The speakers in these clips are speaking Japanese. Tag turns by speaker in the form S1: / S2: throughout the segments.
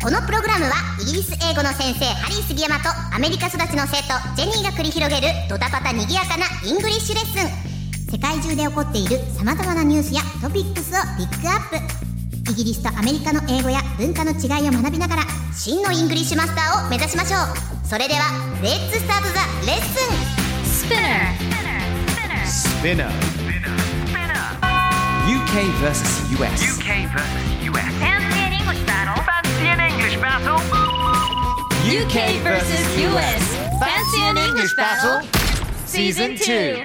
S1: このプログラムはイギリス英語の先生ハリー杉山とアメリカ育ちの生徒ジェニーが繰り広げるドタパタにぎやかなイングリッシュレッスン世界中で起こっている様々なニュースやトピックスをピックアップイギリスとアメリカの英語や文化の違いを学びながら真のイングリッシュマスターを目指しましょうそれではレッツスタートザレッスン
S2: Spinner. UK versus US.
S3: UK versus US. Fancy an English battle. Fancy an English
S2: UK versus US.
S3: battle. Fancy an English
S2: Season
S3: battle.
S2: 2.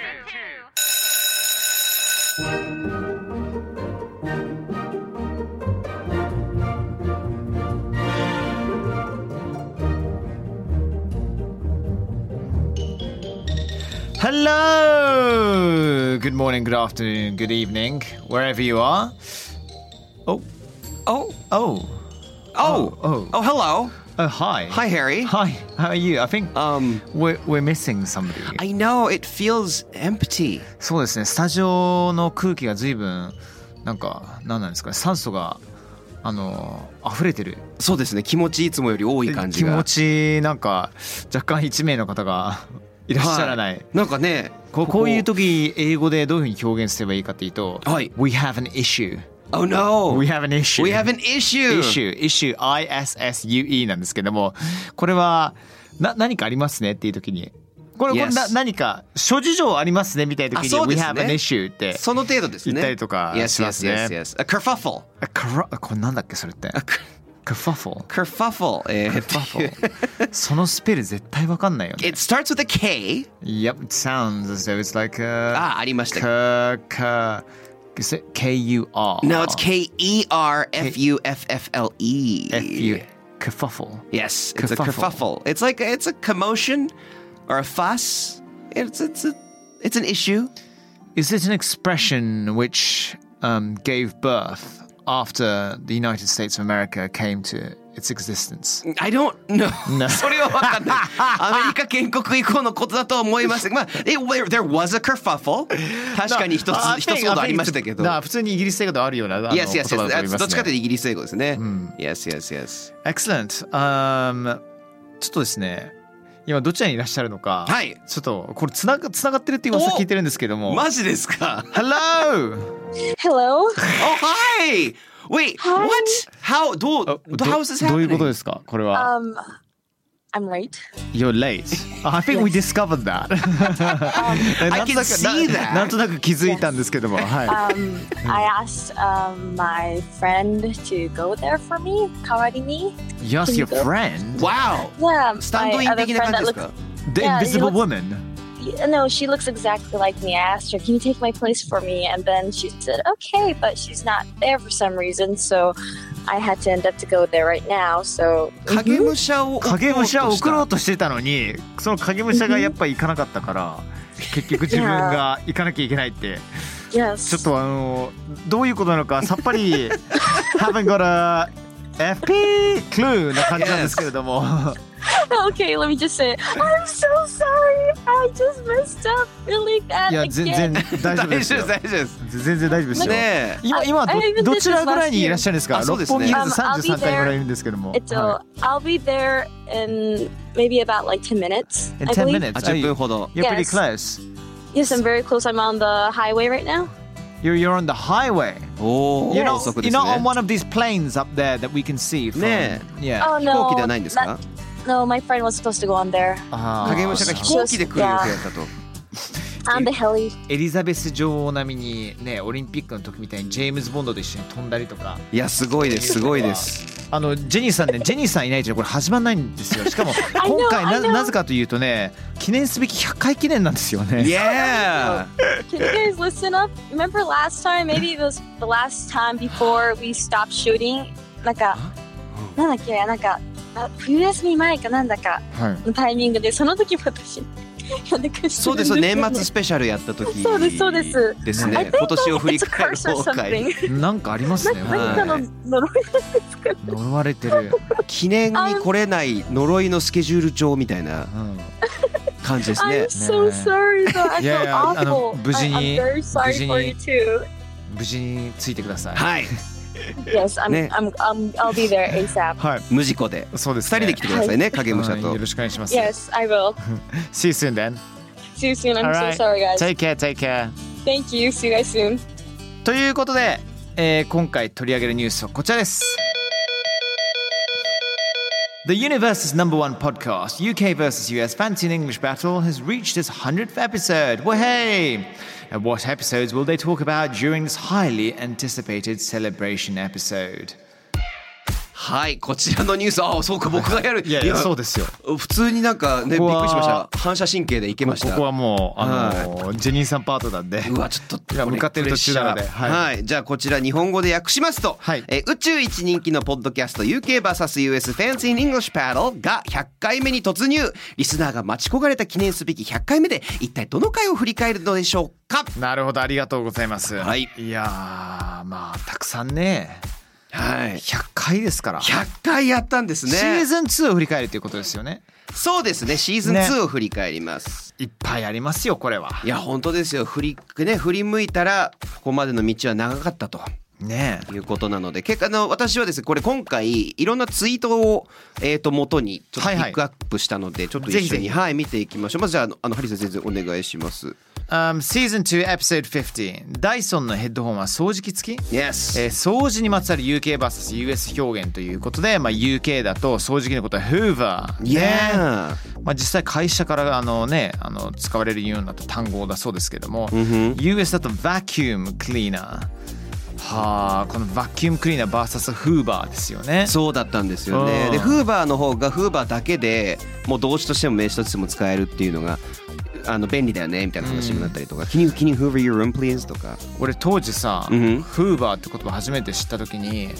S2: Hello! Good morning, good afternoon, good evening, wherever you are. Oh,
S4: Oh,
S2: oh,
S4: oh,
S2: Oh, oh.
S4: oh, hello.
S2: oh, hi.
S4: Hi, Harry.
S2: Hi, how are you? I think
S4: Um,
S2: we're, we're missing somebody.
S4: I know it feels empty.
S2: そうですねスタジオの空気が随分なんか何なんですかね酸素があの溢れてる
S4: そうですね。気持ちいつもより多い感じ
S2: 気
S4: が。
S2: 持ちなんか若干1名の方が いらっしゃらない、
S4: はいなんかね、
S2: こうこういう。時英語でどういうふうに表現すればいいかっていうと
S4: はい
S2: We have an issue
S4: Oh no.
S2: We have an issue
S4: We have an issue.
S2: issue issue ISSUE なんですけどもこれはな何かありますねっていう時にこれこれ
S4: Yes
S2: な何か諸事情ありますねみたいな時
S4: あ
S2: に
S4: そう
S2: We
S4: です
S2: have
S4: ね
S2: an issue って
S4: その程度ですね。
S2: 言ったりとか
S4: Yes,
S2: しますね
S4: yes, yes, yes. A kerfuffle.
S2: あクラこれなんだっけそれってクファフォ
S4: Kerfuffle. えーっていう
S2: そのスペル絶対わかんないよね
S4: It starts with a K. Ah,
S2: Yep it sounds as though it's like a
S4: あ、ありました。
S2: K K is it K-U-R
S4: No, it's K E R F U F F L E.
S2: F-U クファフォ
S4: Yes, it's a
S2: Kerfuffle.
S4: kerfuffle. It's like it's a commotion or a fuss. It's it's a it's an issue.
S2: Is it an expression which um, gave birth after the United States of America came to its existence?
S4: I don't know. それはわかんない。アメリカ建国以降のことだと思い ます。まあ、it, there, there was a kerfuffle. 確かに一つ
S2: I
S4: 一
S2: think-
S4: つほどありましたけど。
S2: な普通にイギリス英語ではあるようなあのこ
S4: Yes, yes,
S2: とだと思
S4: yes.
S2: いますね
S4: That's- どっちかというとイギリス英語ですね。Yes, yes,
S2: Excellent. Um, ちょっとですね、今どちらにいらっしゃるのか、
S4: はい
S2: ちょっとこれつながつながってるって噂
S4: お
S2: 聞いてるんですけど
S4: yes.
S2: も。
S4: マジですか
S2: Hello.
S5: Hello.
S4: ?Oh, hi! Wait,
S5: Hi.
S4: what? How? どう
S2: ど
S4: How is this happening?
S2: どういうことですか？これは。
S5: Um, I'm late.
S2: You're late. I think we discovered that. なんとなく
S4: see
S2: な
S4: that.
S2: なんとなく気づいたんですけども、は
S5: Um, I asked um, my friend to go there for me, covering me.
S2: い。Yes, your friend,
S4: Wow!
S5: Yeah,
S4: スタンド
S5: my
S4: イン
S5: other
S4: 的な
S5: friend
S4: 感
S5: that
S4: じです
S5: looks.
S4: か
S2: the
S5: yeah, he
S2: invisible
S5: looks-
S2: woman.
S5: y- No, she looks exactly like me. I asked her, "Can you take my place for me?" And then she said, "Okay," but she's not there for some reason, so I had to end up to go there right now. So
S4: 影
S5: Mhm.
S4: 武者を
S2: 影武者を送ろうと
S4: と
S2: してたのに、その影武者がやっぱ行かなかった から、結局自分が行かなきゃいけないって。
S5: yes,
S2: ちょっとあのどういうことなのかさっぱ り haven't got a FP clue な感じなんですけれども
S5: okay. Let me just say, I'm so sorry. I just messed up really bad
S2: いや
S5: again.
S2: 全然大丈夫ですよ
S4: 大丈夫です
S2: 全然大丈夫ですよ
S4: ねえ
S2: 今今は
S5: I- I even
S2: どどちら
S5: did this
S2: ぐらいにいらっしゃるんですか
S4: last year. あそ
S2: 六
S4: うですね
S2: 本木ヒルズ33
S5: Um, I'll be
S2: 階ぐらいいるんですけども
S5: It's
S2: i
S5: a, I'll be there in maybe about like 10 minutes.
S2: In
S5: I
S2: 10
S5: believe.
S2: minutes
S4: あ10分ほど
S2: You're pretty
S5: Yes.
S2: close
S5: Yes, I'm very close. I'm on the highway right now.
S2: You're, you're on the highway
S4: おお
S2: You're
S4: 高
S2: not,
S4: 速
S2: you're
S4: ですね
S2: not on one of these planes up there that we can see from
S4: ね
S2: Yeah
S5: Oh,
S4: 飛行
S5: no.
S4: 機ではないんですか
S5: that- no, my friend was supposed to go on there.
S2: あー
S4: 影武者が飛行機で来る予定だったと
S5: On the heli.
S2: エリザベス女王並みにねオリンピックの時みたいにジェームズ・ボンドと一緒に飛んだりとか
S4: いやすごいですすごいです
S2: あのジェニーさんね、ジェニーさんいないとこれ始まんないんです よ。しかも
S5: know,
S2: 今回
S5: I
S2: な
S5: know.
S2: なぜかというとね、記念すべき100回記念なんですよね。
S4: Yeah
S5: Can you guys listen up? Remember last time? Maybe it was the last time before we stopped shooting. Like a, なんだっけなんかあ冬休み前かなんだか
S2: はい。
S5: のタイミングでその時私なんでか
S4: そうですよ年末スペシャルやった時
S5: そうですそうです
S4: です
S5: I
S4: ね
S5: think
S4: 今年を振り
S5: it's a
S4: 返る
S5: curse or
S4: 公開
S5: something
S2: なんかありますね。
S4: は
S5: 何
S4: い
S5: かの呪い
S2: 呪われてる。
S4: 記念に来れない呪いのスケジュール帳みたいな
S2: うん、
S4: 感じですね
S5: I'm so sorry but I
S2: いやい
S5: felt
S2: やあの
S5: awful
S2: 無事
S5: I-
S2: に
S5: I'm very
S2: 無
S5: sorry
S2: 事
S5: for you
S2: に
S5: too
S2: 無事についてください。
S4: はい
S5: Yes I'm
S4: ね
S5: I'm I'm I'll be there ASAP
S2: はい。
S4: 無事故で
S2: そうです、
S4: 二
S2: ね。
S4: 人で来てくださいね影武者
S2: うん
S4: と
S2: よろしくお願いします。
S5: Yes I will
S2: See you soon then.
S5: See you soon I'm
S2: All
S5: so
S2: right.
S5: sorry guys
S2: Take care, take care.
S5: Thank you see you guys soon
S2: ということで、えー今回取り上げるニュースはこちらです。The Universe's number one podcast, UK versus US Fancy and English Battle, has reached its 100th episode. Wahey! And what episodes will they talk about during this highly anticipated celebration episode?
S4: はいこちらのニュースあそうか僕がやる
S2: うですよ。
S4: 普通になんかねび
S2: こ
S4: っ
S2: こは
S4: くりしました反射神経でいけました
S2: ここはもう、あのジェニーさんパートなんで。
S4: うわちょっと
S2: いや向かってる途中なので
S4: プレッシャ
S2: は
S4: ー
S2: い
S4: はい、じゃあこちら日本語で訳しますと、
S2: はい
S4: えー宇宙一人気のポッドキャスト UKVSUS Fancy in English Paddle が100回目に突入リスナーが待ち焦がれた記念すべき100回目で一体どの回を振り返るのでしょうか
S2: なるほど、ありがとうございます。
S4: はい
S2: いやー、まあ、たくさんね、
S4: はい
S2: 100回ですから。
S4: 100回やったんですね
S2: シーズン2を振り返るということですよね。
S4: そうですねシーズン
S2: ね
S4: 2を振り返ります、。
S2: いっぱいありますよ、これはい
S4: や本当ですよ振りね振り向いたらここまでの道は長かったと
S2: ね
S4: ということなので結果あの私はですねこれ今回いろんなツイートをえっ、と元にちょっと
S2: はい
S4: ピ
S2: はい
S4: ックアップしたので、ちょっと一緒
S2: ぜ
S4: に
S2: ひぜひ
S4: はい見ていきましょうまずじゃああのあのハリーさん全然お願いします
S2: Um, Season 2 Episode 15ダイソンのヘッドホンは掃除機付き
S4: Yes、
S2: えー掃除にまつわる UKVSUS 表現ということで、まあ、UK だと掃除機のことは Hoover、
S4: Yeah
S2: まあ、実際会社からあの、ね、あの使われるようになった単語だそうですけども、US だと Vacuum Cleaner はあこの Vacuum Cleaner vs Hoover ですよね
S4: そうだったんですよね
S2: うん
S4: でフーバーの方がフーバーだけでもう動詞としても名詞としても使えるっていうのがあの便利だよねみたいな話になったりとか「Can you, can you hoover your room please?」とか
S2: 俺当時さ、
S4: うん
S2: Hoover って言葉初めて知った時に
S4: はい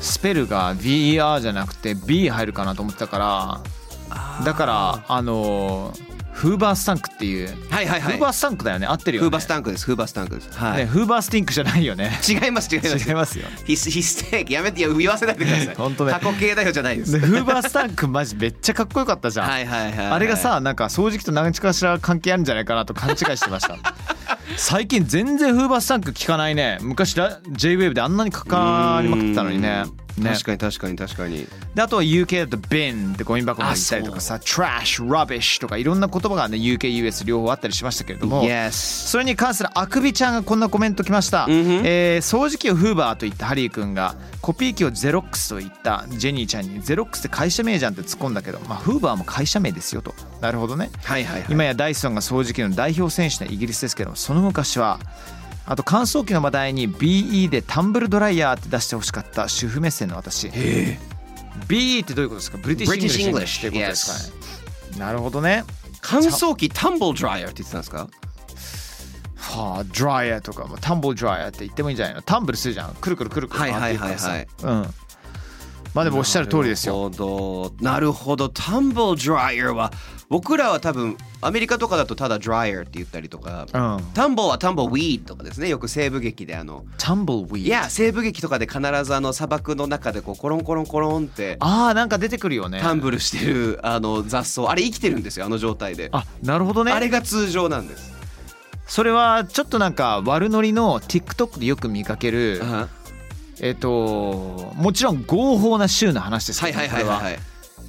S2: スペルが VER じゃなくて B 入るかなと思ってたからだからあのーフーバースタンクっていう、
S4: はいはいはい
S2: フーバースタンクだよね合ってるよ
S4: フ
S2: ね
S4: ーバースタンクですフーバースタンクですはい、
S2: ねフーバースティンクじゃないよね
S4: 違います違います
S2: 違いますよ
S4: ヒスヒステーキやめていや言わせないでください
S2: 本当ね
S4: 過去形だよじゃないです
S2: でフーバースタンクマジめっちゃかっこよかったじゃん、
S4: はいはいはいはい
S2: あれがさなんか掃除機と何かしら関係あるんじゃないかなと勘違いして ました最近全然フーバースタンク聞かないね昔ラ JWAVE であんなにかかりまくってたのにね
S4: うん
S2: ね
S4: 確かに確かに確かに
S2: であとは UK だと bin ってゴミ箱が言ったりとかさ trash、rubbish とかいろんな言葉がね UK、US 両方あったりしましたけれども
S4: Yes
S2: それに関するあくびちゃんがこんなコメントきました、えー掃除機をフーバーと言ったハリー君がコピー機をゼロックスと言ったジェニーちゃんにゼロックスって会社名じゃんって突っ込んだけど、まあ、フーバーも会社名ですよとなるほどね
S4: はいはいはい
S2: 今やダイソンが掃除機の代表選手のイギリスですけどもその昔はあと乾燥機の話題に BE でタンブルドライヤーって出してほしかった主婦目線の私 BE ってどういうことですかブリティッシュ・イングリッシュっていうことですかねなるほどね
S4: 乾燥機タンボルドライヤーって言ってたんですか
S2: はあドライヤーとかもタンブルドライヤーって言ってもいいんじゃないのタンブルするじゃんくるくるくるくる
S4: はいはいはいはい
S2: 回ってくからさうんまあでもおっしゃる通りですよ
S4: なるほどなるほどタンボルドライヤーは僕らは多分アメリカとかだとただドライヤーって言ったりとか、
S2: うん
S4: タンボはタンボウィードとかですねよく西部劇であの
S2: タンブルウィ
S4: いや西部劇とかで必ずあの砂漠の中でこうコロンコロンコロンって
S2: ああなんか出てくるよね
S4: タンブルしてるあの雑草あれ生きてるんですよあの状態で
S2: あなるほどね
S4: あれが通常なんです
S2: それはちょっとなんか悪ノリの TikTok でよく見かける、
S4: は
S2: えっ、ともちろん合法な州の話です
S4: い
S2: けど
S4: はいはいはい
S2: これ
S4: は
S2: はい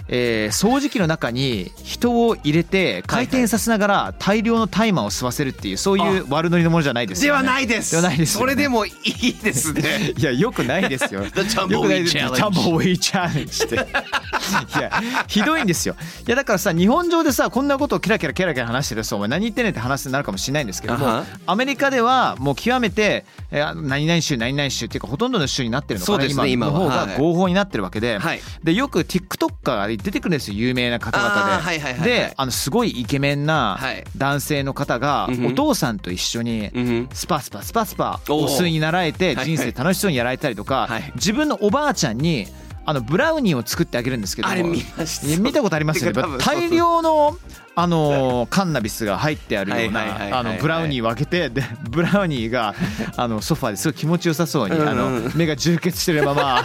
S2: えー掃除機の中に人を入れて回転させながら大量のタイマーを吸わせるっていうそういう悪ノリのものじゃないです
S4: で
S2: よ、ね、
S4: はないです
S2: ではないですよね
S4: それでもいいです ね
S2: いやよくないですよ
S4: The Tumbleweed
S2: よくないです
S4: Challenge
S2: タンボウィーチャレン ジっていやひどいんですよいやだからさ日本上でさこんなことをキラキラキラキラ話してるとお前何言ってんねんって話になるかもしれないんですけども、
S4: あは
S2: アメリカではもう極めてえー何々州何々州っていうかほとんどの州になってるのかな
S4: そうですね
S2: 今の
S4: 今は
S2: 方
S4: は
S2: が
S4: い
S2: 合法になってるわけで、
S4: はい
S2: でよく TikToker が出てくるんですよ有名な方
S4: あ
S2: 々で、
S4: ーはいはいはいはい
S2: であのすごいイケメンな
S4: はい
S2: 男性の方が
S4: うんう
S2: お
S4: ん
S2: 父さんと一緒に、
S4: うんうん
S2: スパスパスパスパ
S4: おー
S2: お酢に習えて
S4: はい
S2: 人生楽しそうにやられたりとか、
S4: はい
S2: 自分のおばあちゃんにあのブラウニーを作ってあげるんですけども
S4: あれ見ました
S2: ね見たことありますよ
S4: て
S2: ね
S4: か多分
S2: 大量のあのーカンナビスが入ってあるよう
S4: はいはいはいはい
S2: なあのブラウニーを開けてでブラウニー があのソファーですごい気持ちよさそうに、
S4: うんうん
S2: あの目が充血してるま ま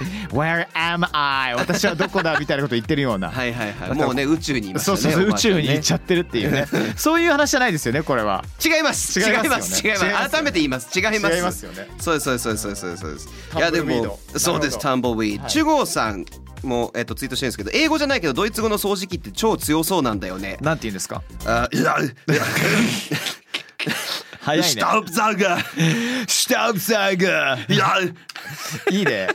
S2: 「Where am I? 私はどこだ?」みたいなこと言ってるような。
S4: はいはいはいもうね宇宙にいました
S2: そうそ
S4: ね
S2: うそう
S4: お
S2: 宇
S4: ばあちゃん
S2: 宙
S4: ね
S2: に行っちゃってるっていう ねそういう話じゃないですよねこれは
S4: 違います違
S2: 違
S4: い
S2: い
S4: ま
S2: ますす
S4: 違
S2: よね
S4: います
S2: 違いますよね
S4: 改めて言います違います
S2: 違いますよね
S4: そうですそうですそうですそうですそうですい
S2: タ
S4: や
S2: ン
S4: で
S2: ブルウィード
S4: もそうです
S2: な
S4: タンボウィー
S2: はい
S4: 中郷さんもえっとツイートしてるんですけど英語じゃないけどドイツ語の掃除機って超強そうなんだよね
S2: なんて言うんですか
S4: あいや
S2: 早いね
S4: スタブザーガー
S2: シュタウザーガー
S4: いや
S2: いいね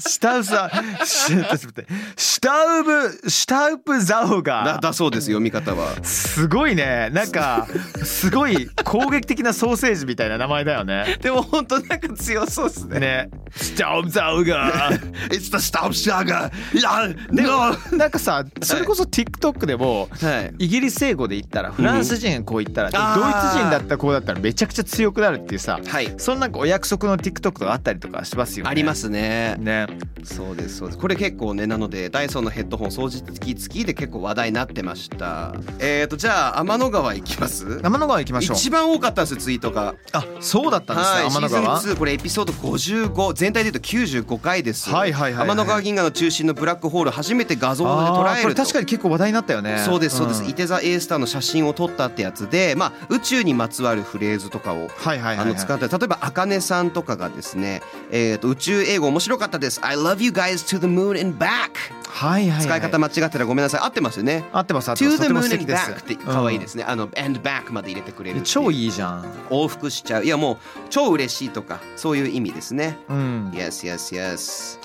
S2: シュタウザシュちょっと待ってシュタウブシュタウプザオ
S4: だ
S2: ガー
S4: だそうです読み方は
S2: すごいねなんかすごい攻撃的なソーセージみたいな名前だよね
S4: でも本当なんか強そうですね
S2: ねシュタウザオガー
S4: It's the stop sugar いや
S2: で
S4: no
S2: もなんかさそれこそ TikTok でも
S4: はい
S2: イギリス英語で言ったらフランス人がこう言ったら、で
S4: あー
S2: ドイツ人だったらこうだったらめちゃくちゃ強くなるっていうさ、
S4: はい
S2: そんなんかお約束の TikTok があったりとかしますよね。
S4: ありますね
S2: ね。
S4: そうですそうですこれ結構ねなのでダイソンのヘッドホン掃除機付きで結構話題になってましたえーとじゃあ天の川行きます
S2: 天の川行きましょう。
S4: 一番多かったんですよツイートが
S2: あそうだったんですね、
S4: はい
S2: 天の川
S4: シー。ズン2これエピソード55全体で言うと95回です、
S2: はいはいはいはい
S4: 天の川銀河の中心のブラックホール初めて画像で捉
S2: あー
S4: え
S2: こと
S4: る
S2: れ確かに結構話題になったよね。
S4: そうですそうです、
S2: ん
S4: イテザ・エースターの写真を撮ったってやつで、まあ、宇宙にまつわるフレーズとかを
S2: はいはい
S4: あ
S2: はい、は
S4: の
S2: い。
S4: 使って例えばあかねさんとかがですね、えー、と宇宙英語面白かったです I love you guys to the moon and back
S2: はいはいはい。
S4: 使い方間違ってたらごめんなさい合ってますよね
S2: 合ってます合ってま
S4: to
S2: す。
S4: the
S2: とても素
S4: moon
S2: 敵
S4: and
S2: です。。
S4: back って可愛いですすね、あの and back まで入れてくれるっていう
S2: 超いいじゃん。
S4: 往復しちゃういやもう超嬉しいとかそういう意味ですね
S2: うん。
S4: Yes yes yes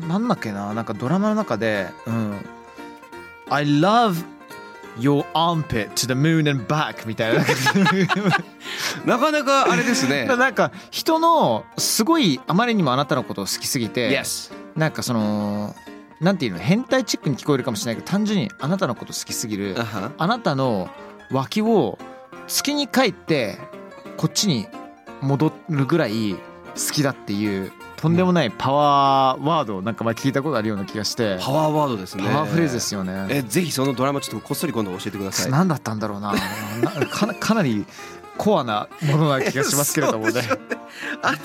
S2: ななんだっけななんかドラマの中で「うん I love your armpit to the moon and back」みたい な
S4: なかなかあれです ね
S2: なんか人のすごいあまりにもあなたのことを好きすぎて、
S4: Yes
S2: なんかそのなんていうの変態チックに聞こえるかもしれないけど単純にあなたのこと好きすぎる
S4: あは
S2: あなたの脇を月に帰ってこっちに戻るぐらい好きだっていうとんでもないパワーワードをなんか前聞いたことあるような気がして。
S4: パワーワードですね
S2: パワーフレーズです
S4: よ
S2: よね。
S4: えぜひそのドラマちょっとこっそり今度教えてください
S2: 何だったんだろうな。なかなかなりコアなものな気がしますけれども
S4: そう
S2: ね
S4: でし。ょあと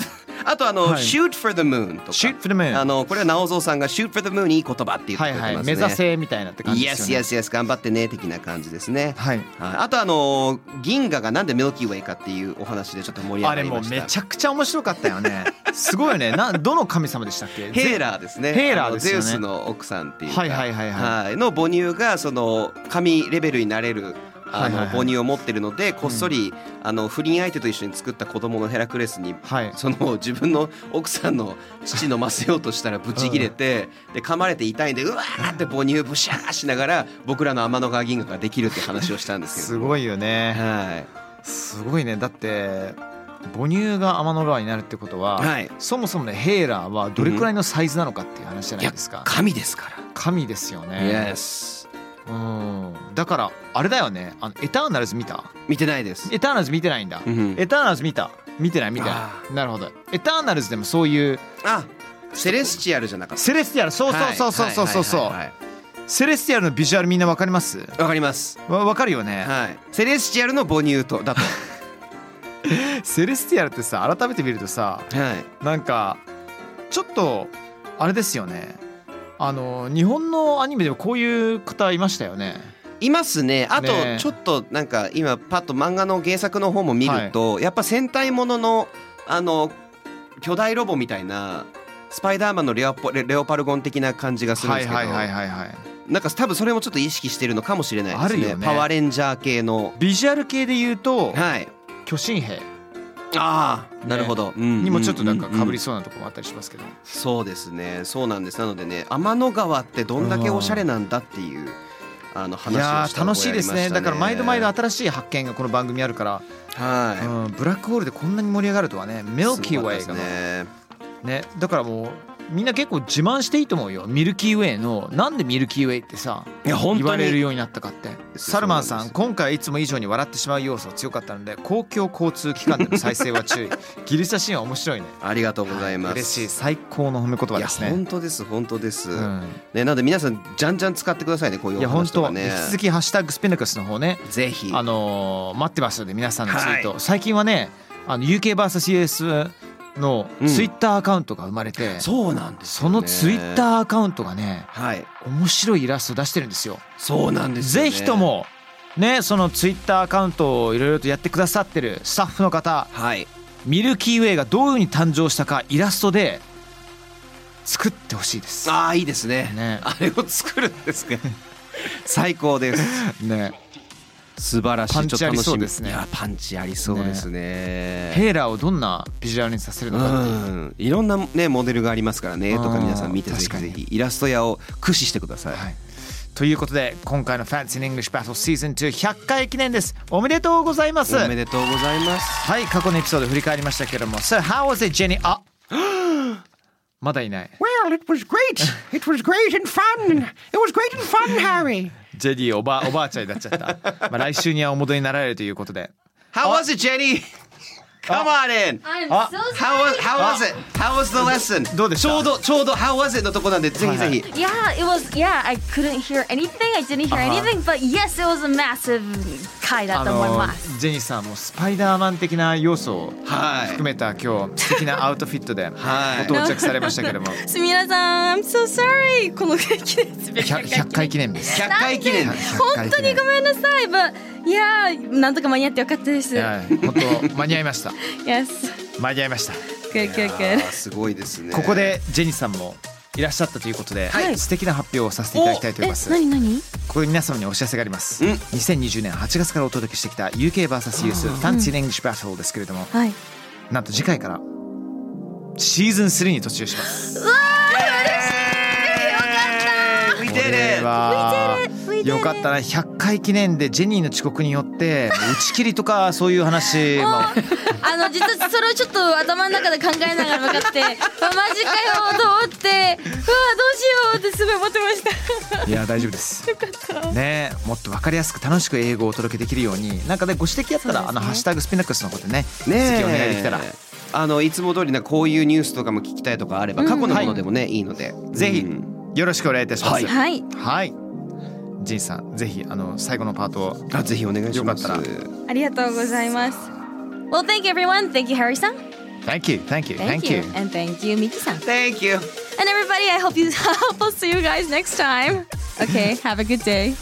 S4: あとあの、
S2: はい
S4: Shoot for the moon とか
S2: Shoot for the moon
S4: あのこれは直蔵さんが Shoot for the moon いい言葉って言ってく
S2: は
S4: れ
S2: い
S4: てます
S2: は
S4: ね、
S2: い、目指せみたいなって感じですよ
S4: Yes
S2: ね。
S4: yes yes 頑張ってね的な感じですね
S2: はい。
S4: はいあとあの銀河がなんでミルキーウェイかっていうお話でちょっと盛り上
S2: あ
S4: が
S2: れ
S4: り
S2: もう
S4: ました
S2: めちゃくちゃ面白かったよ ね。すごいよね。などの神様でしたっけ？
S4: ヘーラーですね
S2: ヘーラーですよね
S4: あのゼウスの奥さんっていうか
S2: はいはいはいはい
S4: はいの母乳がその神レベルになれるあの
S2: はいはいはい
S4: 母乳を持ってるのでこっそりあの不倫相手と一緒に作った子供のヘラクレスに
S2: はい。
S4: その自分の奥さんの乳飲ませようとしたらブチ切れて、で噛まれて痛いんでうわーって母乳ブシャーしながら僕らの天の川銀河ができるって話をしたんですけ
S2: す
S4: ど。
S2: ごいよね。
S4: はい、
S2: すごいね。だって母乳が天の川になるってことは、
S4: はい
S2: そもそもねヘーラーはどれくらいのサイズなのかっていう話じゃないですか。
S4: 神ですか
S2: 神ですよ
S4: ら、
S2: ね。
S4: Yes
S2: うん。だからあれだよね。あのエターナルズ見た？
S4: 見てないです、
S2: エターナルズ見てないんだ。
S4: うん
S2: エターナルズ見た見てない見て
S4: あ
S2: ないなるほどエターナルズでもそういう
S4: あセレスチアルじゃなかった
S2: セレスティアルそうそうそうそうそうそうそ
S4: はいうはいはいはい
S2: セレスティアルのビジュアルみんなわかります
S4: わかります、
S2: わわかるよね、
S4: はい、セレスチアルの母乳 とだと、
S2: セレスティアルってさ改めて見るとさ
S4: はい、
S2: なんかちょっとあれですよねあの日本のアニメでもこういう方いましたよね
S4: いますねあと
S2: ねえ
S4: ちょっとなんか今パッと漫画の原作の方も見ると、やっぱ戦隊もののあの巨大ロボみたいなスパイダーマンのレオポレレオパルゴン的な感じがするん
S2: は
S4: で
S2: い
S4: すけど、
S2: はいはいはいはい
S4: なんか多分それもちょっと意識してるのかもしれないですね
S2: あるよね
S4: パワーレンジャー系の
S2: ビジュアル系で言うと
S4: はい
S2: 巨神兵
S4: ああなるほど、うん
S2: にもちょっとなんか
S4: ううう
S2: 被りそうなとこもあったりしますけど
S4: そうですねそうなんですなのでね天の川ってどんだけおしゃれなんだっていうあの
S2: いや
S4: 話を
S2: ー
S4: した
S2: 楽
S4: 覚
S2: し
S4: え
S2: い
S4: あり
S2: で
S4: まし
S2: すね
S4: た
S2: だから毎度毎度
S4: は
S2: 新しい発見がこの番組あるから、
S4: い、
S2: うん、ブラックホールでこんなに盛り上がるとはねミルキーウェイが
S4: すごかったですね
S2: ねだからもうみんな結構自慢していいと思うよミルキーウェイのなんでミルキーウェイってさ
S4: いや本
S2: 言
S4: 当
S2: われる
S4: に
S2: ようになったかってサルマンさん今回いつも以上に笑ってしまう要素が強かったので公共交通機関での再生は注意ギリシャシーンは面白いね
S4: ありがとうございます。
S2: 嬉しい最高の褒め言葉
S4: い
S2: で
S4: や
S2: すね
S4: 本当です本当です。
S2: うん
S4: ねなので皆さんじゃんじゃん使ってくださいねこういう
S2: い
S4: お
S2: や本
S4: 話と
S2: 当
S4: か
S2: 引
S4: ね。
S2: き続き「ハッシュタグスピナクス」の方ね
S4: ぜひ。
S2: あのー待ってますので皆さんのツイート、
S4: は
S2: 最近はねあの UKVSUS のツイッターアカウントが生まれて、そ
S4: そうなんです、ね。
S2: のツイッ
S4: ー。
S2: ターアカウントがね
S4: はい。
S2: 面白いイラスト出してるんですよ。
S4: そうなんですよね
S2: ぜひと。もねそのツイッターアカウントをいろいろとやってくださってるスタッフの方
S4: はい。
S2: ミルキーウェイがどういうふうに誕生したかイラストで作ってほしいです。
S4: ああいいですね。
S2: ね
S4: あれを作るんですか。 最高です。
S2: ね
S4: 素晴らしい。
S2: パンチ
S4: ちょっと
S2: あり
S4: 楽しみ
S2: そうですね
S4: いやパンチありそうですね。
S2: ヘイラーをどんなビジュアルにさせるのかっていう。
S4: うん、いろんなねモデルがありますからねと
S2: う
S4: か
S2: ん
S4: 皆さん見てぜ
S2: 確
S4: ひ
S2: かに
S4: ぜひイラスト屋を駆使してください、
S2: はい、ということで今回の「Fancy in English Battle Season 2」100回記念ですおめでとうございます
S4: おめでとうございます
S2: はい過去のエピソード振り返りましたけれども So how was it Jenny? あ まだいない
S6: Well, it was great. It was great and fun. It was great and fun, Harry.
S2: ジェリーおばおばあちゃんになっちゃったまあ来週にはお戻りになられるということで
S4: How was it Jenny? Come on in
S7: I'm
S2: Ah.
S7: so
S4: How was,
S7: sorry.
S4: how was it? How was the lesson?
S2: どうでした
S4: ちょうどちょうど How was it のとこなんでぜひぜひ
S7: Yeah, it was. Yeah, I couldn't hear anything. I didn't hear anything. But yes, it was a massive kai that
S2: あの
S7: the
S2: ジェニーさんもスパイダーマン的な要素を
S4: はい
S2: 含めた今日素敵なアウトフィットでご
S4: はい
S2: 到着されました けれども
S7: すみれさん、I'm so sorry.
S2: 100, 100回記念です
S4: 100回記念です
S2: 本当にごめん
S7: この記念すべき。本当にごめんなさい。But yeah,
S2: 本当間に合いました
S7: Yes.
S2: 間に合いました
S7: Good, good, good.
S4: すごいですね
S2: ここでジェニーさんもいらっしゃったということで、
S4: はい
S2: 素敵な発表をさせていただきたいと思います。こ
S7: 何
S2: こで皆様にお知らせがあります。
S4: うん
S2: 2020年8月からお届けしてきた UKVSUS ファンシー・ングリッシュ・バトルですけれども、
S7: はい。
S2: なんと次回からシーズン3に突入します。
S4: We
S2: こ
S4: did
S2: れ
S4: it!
S2: は
S7: We did it! We did it!
S2: よかったな100回記念でジェニーの遅刻によって打ち切りとかそういう話も
S7: あの実はそれをちょっと頭の中で考えながら向 かってうわマジかよと思ってうわどうしようってすごい思ってました
S2: いや大丈夫です。ねえもっとわかりやすく楽しく英語をお届けできるようになんかねご指摘あったら、あのハッシュタグスピナックスの方でね
S4: ね
S2: 指
S4: え
S2: 摘お願いできたら。
S4: あのいつも通りなこういうニュースとかも聞きたいとかあれば過去のものでもね、い、いので
S2: ぜひ
S4: うん
S2: よろしくお願いいたします。
S4: はい
S7: はい
S2: はい。ジンさん、ぜひあの最後のパートを。
S4: あぜひお願いします
S2: よかった
S7: ありがとうございます Well thank you everyone thank you Harry さん
S2: Thank you, thank you, thank you.
S7: and thank you Miki さん and
S4: Thank you
S7: everybody I hope you hope I'll see you guys next time Okay have a good day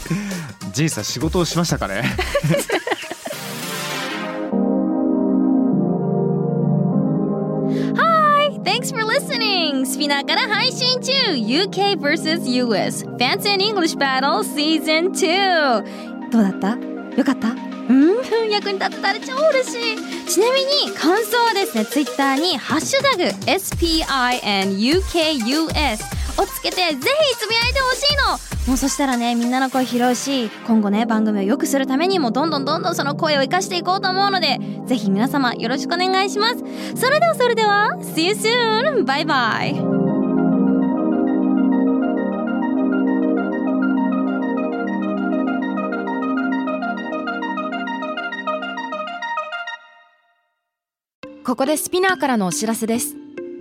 S2: ジンさん仕事をしましたかね。
S7: Hi! Thanks for listening! スピナーから配信中 !UK vs.US Fancy and English Battle Season 2! どうだったよかったうん役に立ってたら超嬉しいちなみに感想はですね、Twitter にハッシュタグ SPINUKUS をつけてぜひつぶやいてほしいのもうそしたらねみんなの声拾うし今後ね番組を良くするためにもどんどんどんどんその声を生かしていこうと思うのでぜひ皆様よろしくお願いしますそれではそれでは See you soon! バイバイ
S8: ここでスピナーからのお知らせです